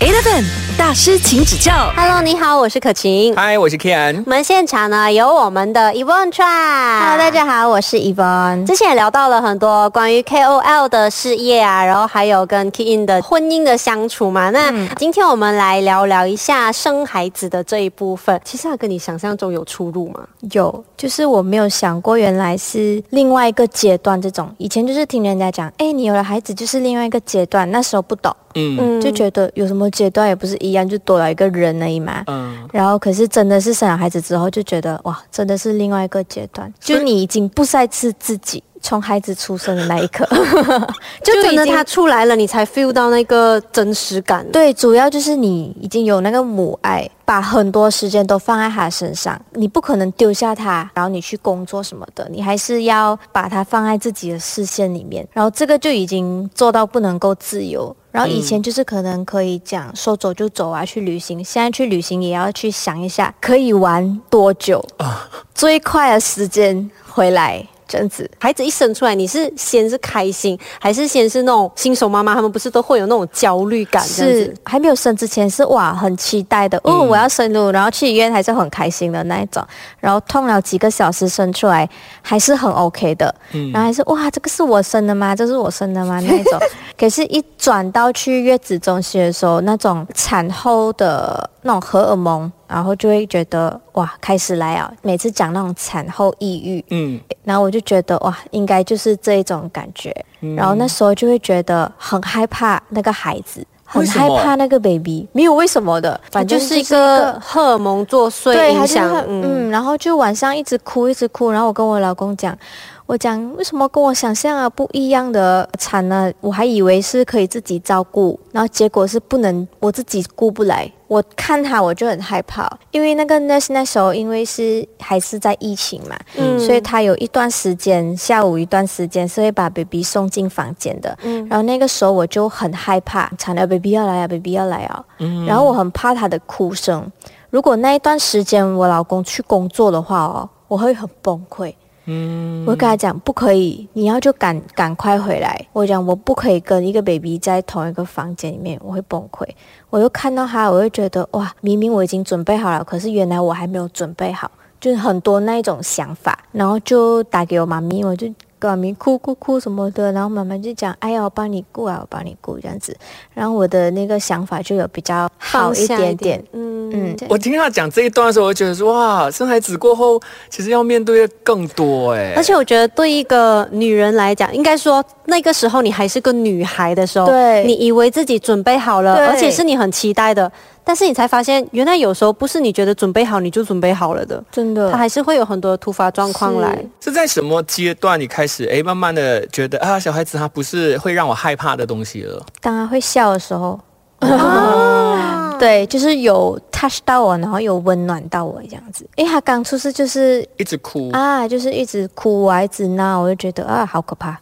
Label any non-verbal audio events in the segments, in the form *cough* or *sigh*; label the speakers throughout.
Speaker 1: Eleven 大师，请指教。
Speaker 2: Hello，你好，我是可
Speaker 3: *laughs*
Speaker 2: 晴。
Speaker 3: 嗨，我是 Kian。
Speaker 2: 我们现场呢有我们的 Evon Tran。Hello，
Speaker 4: Hello，大。家好，我是 Yvonne。
Speaker 2: 之前也聊到了很多关于 KOL 的事业啊，然后还有跟 Key In 的婚姻的相处嘛。那
Speaker 4: 嗯
Speaker 2: 今天我们来聊聊一下生孩子的这一部分。其实它跟你想象中有出入吗？
Speaker 4: 有，就是我没有想过，原来是另外一个阶段这种。以前就是听人家讲，哎，你有了孩子就是另外一个阶段，那时候不懂，
Speaker 3: 嗯
Speaker 2: 嗯，
Speaker 4: 就觉得有什么阶段也不是一样，就多了一个人而已嘛。
Speaker 3: 嗯，
Speaker 4: 然后，可是真的是生了孩子之后，就觉得哇，真的是另外一个阶段，
Speaker 3: 所以
Speaker 4: 就你已经不再是自己，从孩子出生的那一刻， *laughs*
Speaker 2: 就真的
Speaker 4: 已经
Speaker 2: 他出来了，你才 feel 到那个真实感。
Speaker 4: 对，主要就是你已经有那个母爱，把很多时间都放在他身上，你不可能丢下他，然后你去工作什么的，你还是要把他放在自己的视线里面，然后这个就已经做到不能够自由。然后以前就是可能可以讲说走就走啊，去旅行。现在去旅行也要去想一下可以玩多久，最快的时间回来这样子。
Speaker 2: 孩子一生出来，你是先是开心，还是先是那种新手妈妈，他们不是都会有那种焦虑感？这样子
Speaker 4: 是还没有生之前是哇很期待的，哦，我要生了，然后去医院还是很开心的那一种，然后痛了几个小时生出来还是很 OK 的，然后还是哇这个是我生的吗？这是我生的吗？那一种，可是，一转到去月子中心的时候，那种产后的那种荷尔蒙，然后就会觉得哇开始来啊，每次讲那种产后抑郁，
Speaker 3: 嗯，
Speaker 4: 然后我就觉得哇，应该就是这一种感觉。
Speaker 3: 嗯
Speaker 4: 然后那时候就会觉得很害怕那个孩子，很
Speaker 3: 为什
Speaker 4: 害
Speaker 3: 么
Speaker 4: 怕那个 baby，没有为什么的，
Speaker 2: 它
Speaker 4: 反正
Speaker 2: 就是一个荷尔蒙作祟
Speaker 4: 对，
Speaker 2: 影
Speaker 4: 他就
Speaker 2: 响
Speaker 4: 是，嗯，然后就晚上一直哭，一直哭。然后我跟我老公讲，我讲为什么跟我想象啊不一样的产呢？我还以为是可以自己照顾，然后结果是不能，我自己顾不来。我看他我就很害怕，因为那个 nurse 那时候因为是还是在疫情嘛，
Speaker 2: 嗯
Speaker 4: 所以他有一段时间下午一段时间是会把 baby 送进房间的，
Speaker 2: 嗯
Speaker 4: 然后那个时候我就很害怕，产了 baby 要来啊，baby 要来啊，
Speaker 2: 嗯
Speaker 4: 然后我很怕他的哭声，如果那一段时间我老公去工作的话哦，我会很崩溃。嗯，我会跟他讲不可以，你要就赶赶快回来。我讲我不可以跟一个 baby 在同一个房间里面，我会崩溃。我又看到他，我会觉得哇，明明我已经准备好了，可是原来我还没有准备好，就是很多那一种想法。然后就打给我妈咪，我就跟妈咪哭哭哭什么的，然后妈妈就讲哎呀，我帮你顾啊，我帮你顾这样子。然后我的那个想法就有比较好
Speaker 2: 放
Speaker 4: 一
Speaker 2: 下
Speaker 4: 点点，
Speaker 2: 嗯
Speaker 4: 嗯，
Speaker 3: 我听他讲这一段的时候，我觉得说哇，生孩子过后，其实要面对的更多哎、
Speaker 2: 而且我觉得对一个女人来讲，应该说那个时候你还是个女孩的时候，
Speaker 4: 对
Speaker 2: 你以为自己准备好了，
Speaker 4: 对
Speaker 2: 而且是你很期待的，但是你才发现，原来有时候不是你觉得准备好你就准备好了的，
Speaker 4: 真的
Speaker 2: 它还是会有很多突发状况来。 *laughs*
Speaker 3: 是在什么阶段你开始哎，慢慢的觉得啊，小孩子他不是会让我害怕的东西了？
Speaker 4: 当他会笑的时候，哦对，就是有 touch 到我，然后有温暖到我这样子。因为他刚出世就是
Speaker 3: 一直哭，
Speaker 4: 啊，就是一直哭啊，一直闹，我就觉得啊，好可怕。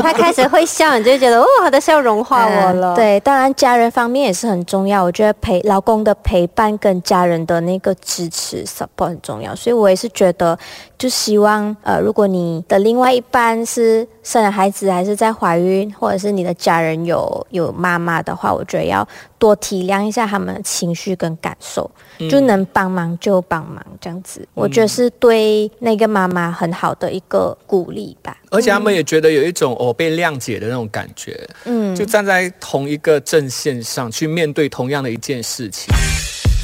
Speaker 2: 她开始会笑，你就会觉得哦，她的笑融化我了。
Speaker 4: 嗯 *laughs* 对，当然家人方面也是很重要。我觉得陪老公的陪伴跟家人的那个支持 support 很重要，所以我也是觉得，就希望呃，如果你的另外一半是生了孩子还是在怀孕，或者是你的家人有有妈妈的话，我觉得要多体谅一下他们的情绪跟感受，
Speaker 2: 嗯
Speaker 4: 就能帮忙就帮忙这样子。我觉得是对那个妈妈很好的一个鼓励吧。
Speaker 3: 而且他们也觉得有一种哦被谅解的那种感觉，
Speaker 4: 嗯
Speaker 3: 就站在同一个阵线上去面对同样的一件事情。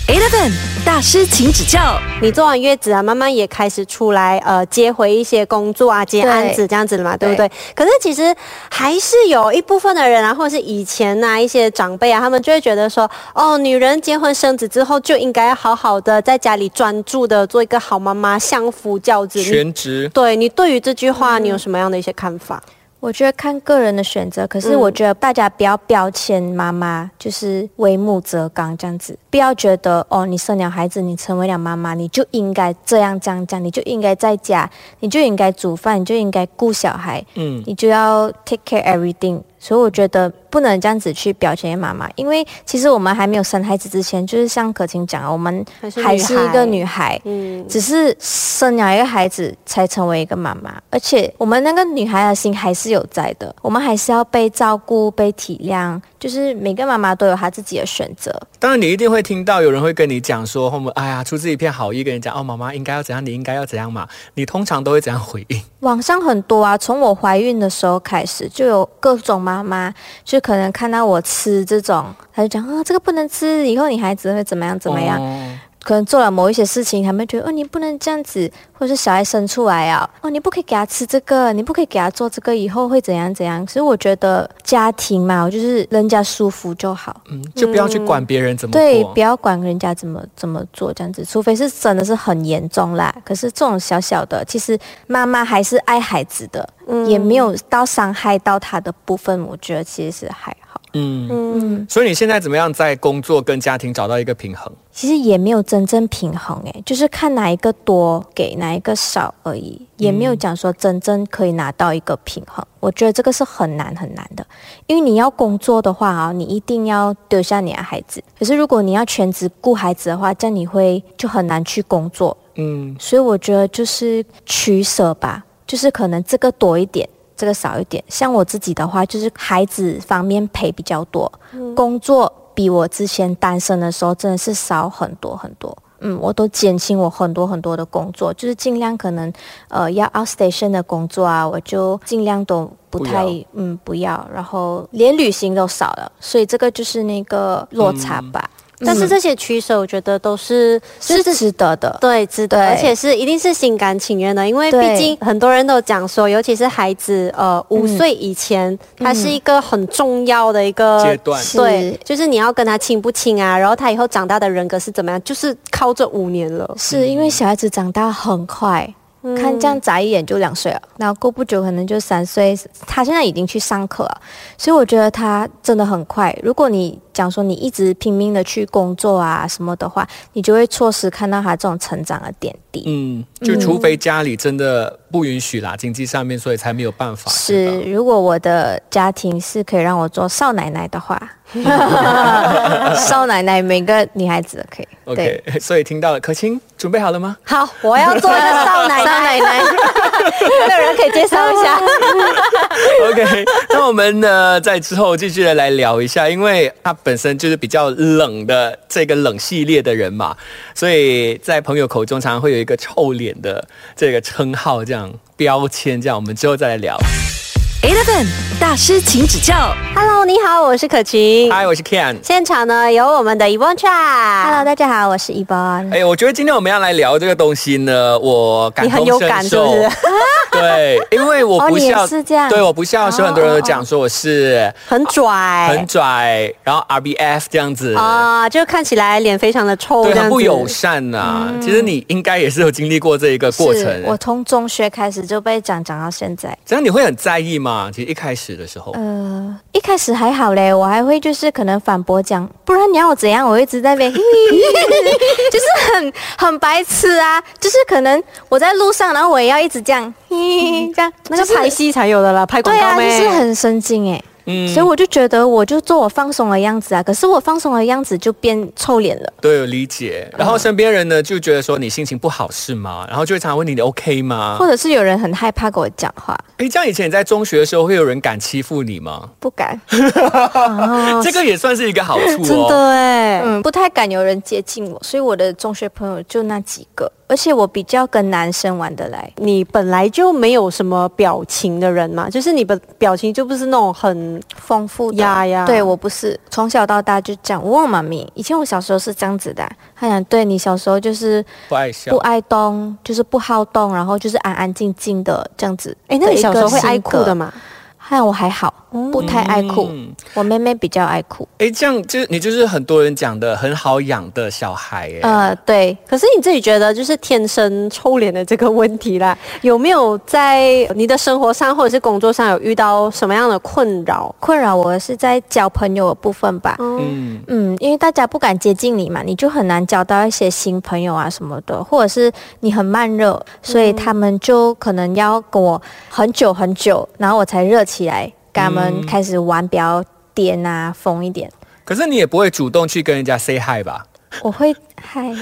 Speaker 1: Eleven 大师，请指教。
Speaker 2: 你做完月子啊，慢慢也开始出来呃接回一些工作啊，接
Speaker 4: 对
Speaker 2: 案子这样子了嘛，对不对
Speaker 4: 对？
Speaker 2: 可是其实还是有一部分的人啊，或者是以前呐、一些长辈啊，他们就会觉得说，哦，女人结婚生子之后就应该好好的在家里专注的做一个好妈妈，相夫教子。你
Speaker 3: 全职，
Speaker 2: 对你对于这句话，你有什么样的一些看法？
Speaker 4: 我觉得看个人的选择，可是
Speaker 2: 嗯
Speaker 4: 我觉得大家不要标签妈妈，就是为母则刚这样子，不要觉得哦，你生了孩子，你成为了妈妈，你就应该这样这样这样，你就应该在家，你就应该煮饭，你就应该顾小孩，
Speaker 3: 嗯，
Speaker 4: 你就要 take care everything。所以我觉得不能这样子去标签妈妈，因为其实我们还没有生孩子之前，就是像可晴讲，的，我们
Speaker 2: 还是女孩
Speaker 4: 还是一个女孩，
Speaker 2: 嗯，
Speaker 4: 只是生了一个孩子才成为一个妈妈，而且我们那个女孩的心还是有在的，我们还是要被照顾、被体谅，就是每个妈妈都有她自己的选择。
Speaker 3: 当然，你一定会听到有人会跟你讲说，我们哎呀，出自一片好意，跟你讲哦，妈妈应该要怎样，你应该要怎样嘛。你通常都会怎样回应？
Speaker 4: 网上很多啊，从我怀孕的时候开始，就有各种妈妈，就可能看到我吃这种，她就讲啊，这个不能吃，以后你孩子会怎么样 *laughs* 怎么样。
Speaker 3: 哦
Speaker 4: 可能做了某一些事情，他们觉得哦，你不能这样子，或者是小孩生出来啊，哦，你不可以给他吃这个，你不可以给他做这个，以后会怎样怎样。其实我觉得家庭嘛，我就是人家舒服就好，
Speaker 3: 嗯，就不要去管别人怎么
Speaker 4: 对，
Speaker 3: 过
Speaker 4: 不。要管人家怎么怎么做这样子，除非是真的是很严重啦。可是这种小小的，其实妈妈还是爱孩子的，也没有到伤害到他的部分，我觉得其实是还好。
Speaker 3: 嗯，
Speaker 4: 嗯，
Speaker 3: 所以你现在怎么样在工作跟家庭找到一个平衡？
Speaker 4: 其实也没有真正平衡诶，就是看哪一个多给哪一个少而已，也没有讲说真正可以拿到一个平衡。我觉得这个是很难很难的，因为你要工作的话啊，你一定要丢下你的孩子。可是如果你要全职顾孩子的话，这样你会就很难去工作。
Speaker 3: 嗯，
Speaker 4: 所以我觉得就是取舍吧，就是可能这个多一点，这个少一点。像我自己的话，就是孩子方面陪比较多，工作比我之前单身的时候真的是少很多很多。嗯，我都减轻我很多很多的工作，就是尽量可能，呃，要 outstation 的工作啊，我就尽量都不太
Speaker 3: 不要
Speaker 4: 嗯不要，然后连旅行都少了，所以这个就是那个落差吧，
Speaker 3: 嗯
Speaker 2: 但是这些取舍，我觉得都是
Speaker 4: 嗯是值得
Speaker 3: 嗯
Speaker 4: 的。
Speaker 2: 对，值得，
Speaker 4: 对
Speaker 2: 而且是一定是心甘情愿的，因为
Speaker 4: 对嗯
Speaker 2: 毕竟很多人都讲说，尤其是孩子，呃，五岁以前，他是一个很重要的一个
Speaker 3: 阶段
Speaker 2: 对
Speaker 4: 是，
Speaker 2: 就是你要跟他亲不亲啊，然后他以后长大的人格是怎么样，就是靠这五年了。
Speaker 4: 是因为小孩子长大很快，看
Speaker 2: 嗯
Speaker 4: 这样眨一眼就两岁了，然后过不久可能就三岁。他现在已经去上课了，所以我觉得他真的很快。如果你讲说你一直拼命的去工作啊什么的话，你就会错失看到他这种成长的点滴。
Speaker 3: 嗯，就除非家里真的不允许啦，经济上面，所以才没有办法。对吧
Speaker 4: 是，如果我的家庭是可以让我做少奶奶的话， *laughs* 少奶奶每个女孩子都可以。对，
Speaker 3: OK，所以听到了，可亲准备好了吗？
Speaker 2: 好，我要做一个少奶
Speaker 4: *laughs* 少
Speaker 2: 奶，
Speaker 4: 奶奶，有没有人可以介绍一 *laughs* 下？
Speaker 3: OK，那我们呢，在之后继续的来聊一下，因为他本身就是比较冷的这个冷系列的人嘛，所以在朋友口中常常会有一个臭脸的这个称号，这样标签，这样我们之后再来聊。
Speaker 1: Eleven 大师，请指教。
Speaker 2: *laughs* Hello，你好，我是可晴。
Speaker 3: 嗨，我是 Ken。
Speaker 2: 现场呢有我们的 Evon
Speaker 4: Hello，
Speaker 2: Cha，
Speaker 4: 大家好，我是 e v o n
Speaker 3: 哎、我觉得今天我们要来聊这个东西呢，我感同
Speaker 2: 你很有
Speaker 3: 身
Speaker 2: 感
Speaker 3: 受。
Speaker 2: 是不是
Speaker 3: *laughs*
Speaker 2: *laughs*
Speaker 3: 对，因为我
Speaker 4: 哦
Speaker 3: 不
Speaker 4: 你也
Speaker 3: 笑，
Speaker 4: 是这样
Speaker 3: 对，我不笑的时候，很多
Speaker 2: 哦
Speaker 3: 人都讲说我是
Speaker 2: 很
Speaker 3: 很
Speaker 2: 拽
Speaker 3: 拽，然后 RBF 这样子。
Speaker 2: 啊、就看起来脸非常的
Speaker 4: 哦
Speaker 2: 臭，
Speaker 3: 对，
Speaker 2: 这样
Speaker 3: 很
Speaker 2: 子
Speaker 3: 不友善呐、其实你应该也是有经历过这一个过程，
Speaker 4: 嗯是我从中学开始就被讲讲到现在，
Speaker 3: 这样你会很在意吗？其实一开始的时候，
Speaker 4: 呃，一开始还好嘞，我还会就是可能反驳讲，不然你要我怎样？我一直在那边， *laughs* 就是很很白痴啊，就是可能我在路上，然后我也要一直这样， *laughs* 这样
Speaker 2: 那个
Speaker 4: 就是
Speaker 2: 拍戏才有的啦，拍广
Speaker 4: 对
Speaker 2: 告
Speaker 4: 啊，就
Speaker 2: 妹。
Speaker 4: 是很神经哎。所以我就觉得，我就做我放松的样子啊，可是我放松的样子就变臭脸了。
Speaker 3: 对，有理解。然后身边人呢就觉得说你心情不好是吗？然后就会常常问你你 OK 吗
Speaker 4: 或？者是有人很害怕跟我讲话，
Speaker 3: 诶，这样以前你在中学的时候会有人敢欺负你吗？
Speaker 4: 不敢，
Speaker 3: *laughs*
Speaker 4: 啊
Speaker 3: 这个也算是一个好处哦。
Speaker 2: 真的哎、
Speaker 4: 嗯，不太敢有人接近我，所以我的中学朋友就那几个，而且我比较跟男生玩得来。
Speaker 2: 你本来就没有什么表情的人嘛，就是你的表情就不是那种很
Speaker 4: 丰富的
Speaker 2: 呀呀
Speaker 4: 对我不是从小到大就这样。我问我妈咪，以前我小时候是这样子的啊、她讲对你小时候就是
Speaker 3: 不爱笑
Speaker 4: 不。爱动，就是不好动，然后就是安安静静的这样子。
Speaker 2: 哎、那你小时候会爱哭的
Speaker 4: 吗？
Speaker 2: 嘛？
Speaker 4: 她讲我还好，不太爱哭，
Speaker 3: 嗯
Speaker 4: 我妹妹比较爱哭。
Speaker 3: 诶，这样就是你就是很多人讲的很好养的小孩诶。
Speaker 2: 嗯
Speaker 4: 呃，对，
Speaker 2: 可是你自己觉得就是天生臭脸的这个问题啦，有没有在你的生活上或者是工作上有遇到什么样的困扰？
Speaker 4: 困扰我的是在交朋友的部分吧。
Speaker 2: 哦
Speaker 3: 嗯，
Speaker 4: 嗯，因为大家不敢接近你嘛，你就很难交到一些新朋友啊什么的，或者是你很慢热，所以他们就可能要跟我很久很久，然后我才热起来，跟他们开始玩比较癫啊疯一点。
Speaker 3: 可是你也不会主动去跟人家 say hi 吧？
Speaker 4: 我会嗨，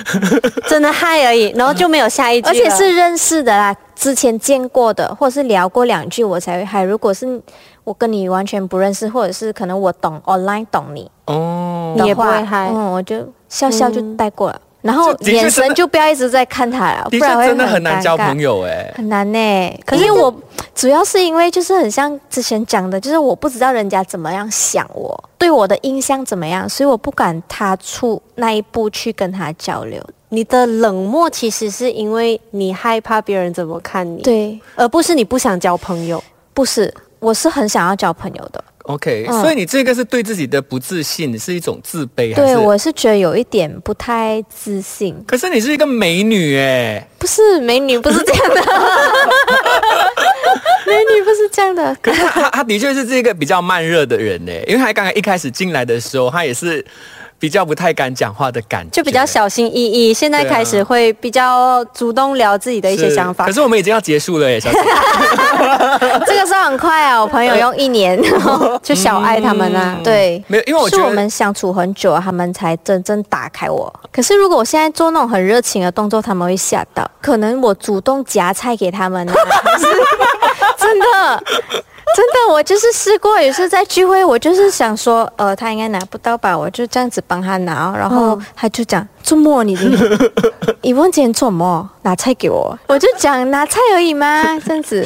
Speaker 2: 真的嗨而已，然后就没有下一句了，
Speaker 4: 而且是认识的啦，之前见过的，或者是聊过两句我才会嗨。如果是我跟你完全不认识，或者是可能我懂 online 懂你
Speaker 3: 哦，
Speaker 4: 的
Speaker 2: 你也不
Speaker 4: 话
Speaker 2: 会嗨
Speaker 4: 嗯，我就嗯笑笑就带过了，然后
Speaker 3: 这的确
Speaker 4: 眼
Speaker 3: 真
Speaker 4: 神
Speaker 3: 的
Speaker 4: 就不要一直在看他了，
Speaker 3: 的
Speaker 4: 不
Speaker 3: 确
Speaker 4: 然会
Speaker 3: 真的很难
Speaker 4: 尴
Speaker 3: 交
Speaker 4: 尬
Speaker 3: 朋友哎。
Speaker 4: 很难呢、可
Speaker 2: 是
Speaker 4: 是我主要是因为就是很像之前讲的，就是我不知道人家怎么样想我，对我的印象怎么样，所以我不敢踏出那一步去跟他交流。
Speaker 2: 你的冷漠其实是因为你害怕别人怎么看你，，
Speaker 4: 对，
Speaker 2: 而不是你不想交朋友。
Speaker 4: 不是，我是很想要交朋友的。
Speaker 3: OK，、
Speaker 4: 嗯
Speaker 3: 所以你这个是对自己的不自信，是一种自卑，还
Speaker 4: 对，
Speaker 3: 是？
Speaker 4: 我是觉得有一点不太自信，
Speaker 3: 可是你是一个美女哎，
Speaker 4: 不是美女，不是这样的， *laughs* 美女不是这样的。
Speaker 3: 可是她 *laughs* 她她的确是这个比较慢热的人哎，因为她刚刚一开始进来的时候，她也是比较不太敢讲话的感觉，
Speaker 2: 就比较小心翼翼，现在
Speaker 3: 对啊
Speaker 2: 开始会比较主动聊自己的一些
Speaker 3: 是
Speaker 2: 想法
Speaker 3: 可。是我们已经要结
Speaker 2: *laughs*
Speaker 3: 束了哎，小姐，
Speaker 4: *laughs* 这个是很快啊，我朋友用
Speaker 3: *laughs*
Speaker 4: 一年，
Speaker 2: 就小爱他们啊，
Speaker 4: 对，
Speaker 3: 嗯没有，因为我
Speaker 4: 是
Speaker 3: 觉
Speaker 4: 我
Speaker 3: 得
Speaker 4: 们相处很久，他们才真正打开我。可是如果我现在做那种很热情的动作，他们会吓到。可能我主动夹菜给
Speaker 3: *laughs*
Speaker 4: 他们、啊，还是真的。真的，我就是试过，也是在聚会，我就是想说，呃，他应该拿不到吧，我就这样子帮他拿，然后
Speaker 3: 嗯
Speaker 4: 他就讲，做么你今
Speaker 3: *laughs*
Speaker 4: 天，你问今天做么，拿菜给我，我就讲拿菜而已嘛，这样子。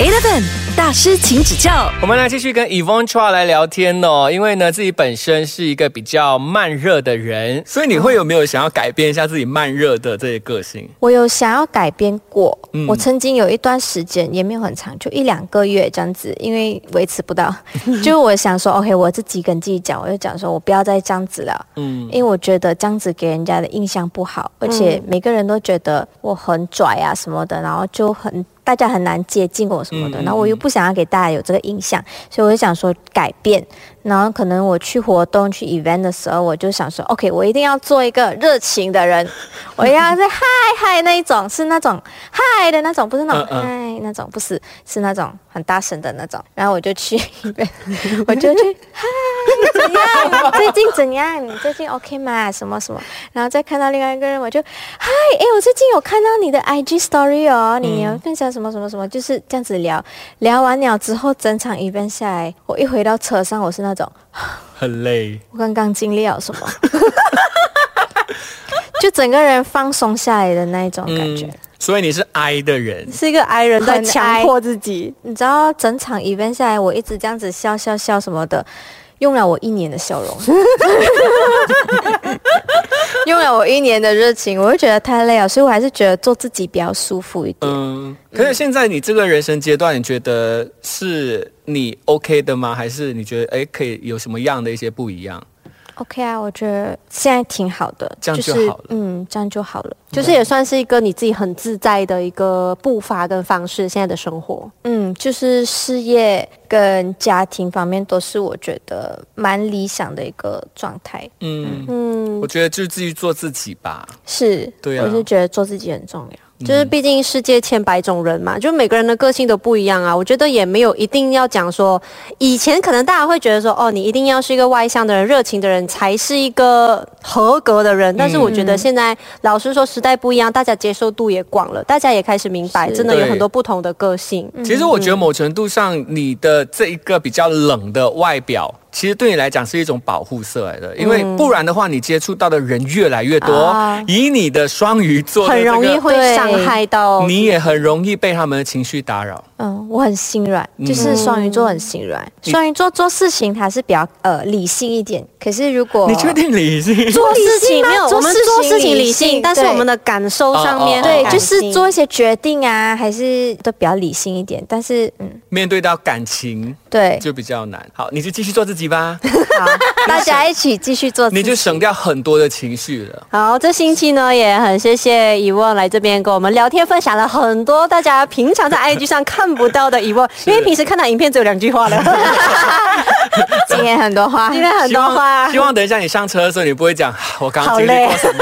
Speaker 1: Eleven 大师，请指教。
Speaker 3: 我们来继续跟 Evon Chua 来聊天哦，因为呢自己本身是一个比较慢热的
Speaker 2: 嗯
Speaker 3: 人，所以你会有没有想要改变一下自己慢热的这些个性？
Speaker 4: 我有想要改变过，
Speaker 3: 嗯
Speaker 4: 我曾经有一段时间也没有很长，就一两个月这样子，因为维持不到， *laughs* 就我想说，OK，我自己跟自己讲，我就讲说我不要再这样子了，
Speaker 3: 嗯，
Speaker 4: 因为我觉得这样子给人家的印象不好，而且每个人都觉得我很拽啊什么的，然后就很大家很难接近我什么的，
Speaker 3: 嗯
Speaker 4: 然后我又不想要给大家有这个印象，所以我就想说改变。然后可能我去活动去 event 的时候，我就想说，OK，我一定要做一个热情的人，我一定要在嗨嗨那一种，是那种嗨的那种，不是那种
Speaker 3: 嗯嗯
Speaker 4: 嗨那种，不是是那种很大声的那种。然后我就去 event，我就去怎样？哎最近怎样？你最近 OK 吗？什么什么？然后再看到另外一个人，我就嗨，哎，我最近有看到你的 IG story 哦，你
Speaker 3: 嗯
Speaker 4: 有分享什么什么什么，就是这样子聊。聊完了之后，整场 event 下来，我一回到车上，我是那种
Speaker 3: 很累。
Speaker 4: 我刚刚经历了什么，就整个人放松下来的那一种感觉。
Speaker 3: 嗯，所以你是 I 的人，
Speaker 2: 是一个 I 人在
Speaker 4: 很 I
Speaker 2: 强迫自己。
Speaker 4: 你知道整场 event 下来，我一直这样子笑笑笑什么的，用了我一年的笑容，用了我一年的热情，我就觉得太累了，所以我还是觉得做自己比较舒服一点。
Speaker 3: 嗯，可是现在你这个人生阶段，你觉得是你 OK 的吗？还是你觉得哎，可以有什么样的一些不一样？
Speaker 4: OK 啊，我觉得现在挺好的，
Speaker 3: 这样就是好了
Speaker 4: 嗯，这样就好了。
Speaker 2: 就是也算是一个你自己很自在的一个步伐跟方式，现在的生活。
Speaker 4: 嗯，就是事业跟家庭方面都是我觉得蛮理想的一个状态。
Speaker 3: 嗯，
Speaker 2: 嗯，
Speaker 3: 我觉得就是继续做自己吧。
Speaker 4: 是，
Speaker 3: 对啊
Speaker 4: 我是觉得做自己很重要。
Speaker 2: 就是毕竟世界千百种人嘛，就每个人的个性都不一样啊。我觉得也没有一定要讲说，以前可能大家会觉得说，哦，你一定要是一个外向的人、热情的人才是一个合格的人。但是我觉得现在老实说，时代不一样，大家接受度也广了，大家也开始明白，
Speaker 4: 是
Speaker 2: 真的有
Speaker 3: 对嗯
Speaker 2: 很多不同的个性。
Speaker 3: 其实我觉得某程度上，你的这一个比较冷的外表，其实对你来讲是一种保护色来的，因为不然的话，你接触到的人越来越多
Speaker 4: 啊，
Speaker 3: 以你的双鱼座
Speaker 2: 嗯
Speaker 3: 的
Speaker 2: 很
Speaker 3: 这
Speaker 2: 容易
Speaker 3: 个，
Speaker 2: 会伤害到
Speaker 3: 你也很容易被他们的情绪打扰。
Speaker 4: 嗯，我很心软，就是双鱼座很心软。
Speaker 3: 你
Speaker 4: 双鱼座做事情它是比较呃理性一点，可是如果
Speaker 2: 哦
Speaker 3: 你确定理性？
Speaker 2: 做事情
Speaker 4: 理性吗
Speaker 2: 没有，
Speaker 4: 做
Speaker 2: 我们
Speaker 4: 事情
Speaker 2: 做事情理
Speaker 4: 理性
Speaker 2: 性，但是
Speaker 4: 对
Speaker 2: 我们的感受上面，
Speaker 3: 哦哦哦
Speaker 4: 对，
Speaker 3: 感
Speaker 4: 哎就是做一些决定啊，还是都比较理性一点。但是嗯，
Speaker 3: *laughs* 面对到感情
Speaker 4: 对，
Speaker 3: 就比较难。好，你就继续做自己吧， *laughs*
Speaker 4: 好，大家一起继续
Speaker 2: 哦
Speaker 4: 做自
Speaker 3: 你
Speaker 4: 己，
Speaker 3: 就省掉很多的情绪了。
Speaker 2: 好，这星期呢也很谢谢遗忘来这边跟我们聊天，分享了很多大家平常在 IG 上看不到的遗 *laughs* 忘，因为平时看到影片只有两句话 *laughs* 了，
Speaker 4: 今天很
Speaker 3: *laughs*
Speaker 4: 多话，
Speaker 2: 今天很
Speaker 3: 希
Speaker 2: 多
Speaker 3: 望
Speaker 2: 话
Speaker 3: 希。望等一下你上车的时候，你不会讲 *laughs* 啊我刚刚
Speaker 2: 好
Speaker 3: 经历
Speaker 2: 累
Speaker 3: 过什
Speaker 2: *laughs*
Speaker 3: 么。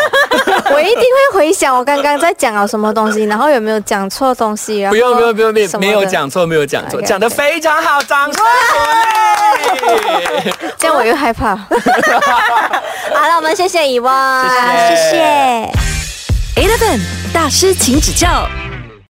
Speaker 4: 我一定会回想我刚刚在讲了什么东西，然后有没有讲错东西，然后
Speaker 3: 不用不用不用，没有
Speaker 4: 什么
Speaker 3: 没
Speaker 4: 的
Speaker 3: 有，讲错，没有讲错，
Speaker 4: OK，OK
Speaker 3: 讲的非常好，掌声鼓励。
Speaker 4: 这样我又害
Speaker 3: *laughs*
Speaker 4: 怕。
Speaker 2: 好了，我们谢谢遗忘，
Speaker 3: 谢谢
Speaker 4: 谢谢。
Speaker 1: Eleven 大师，请指教。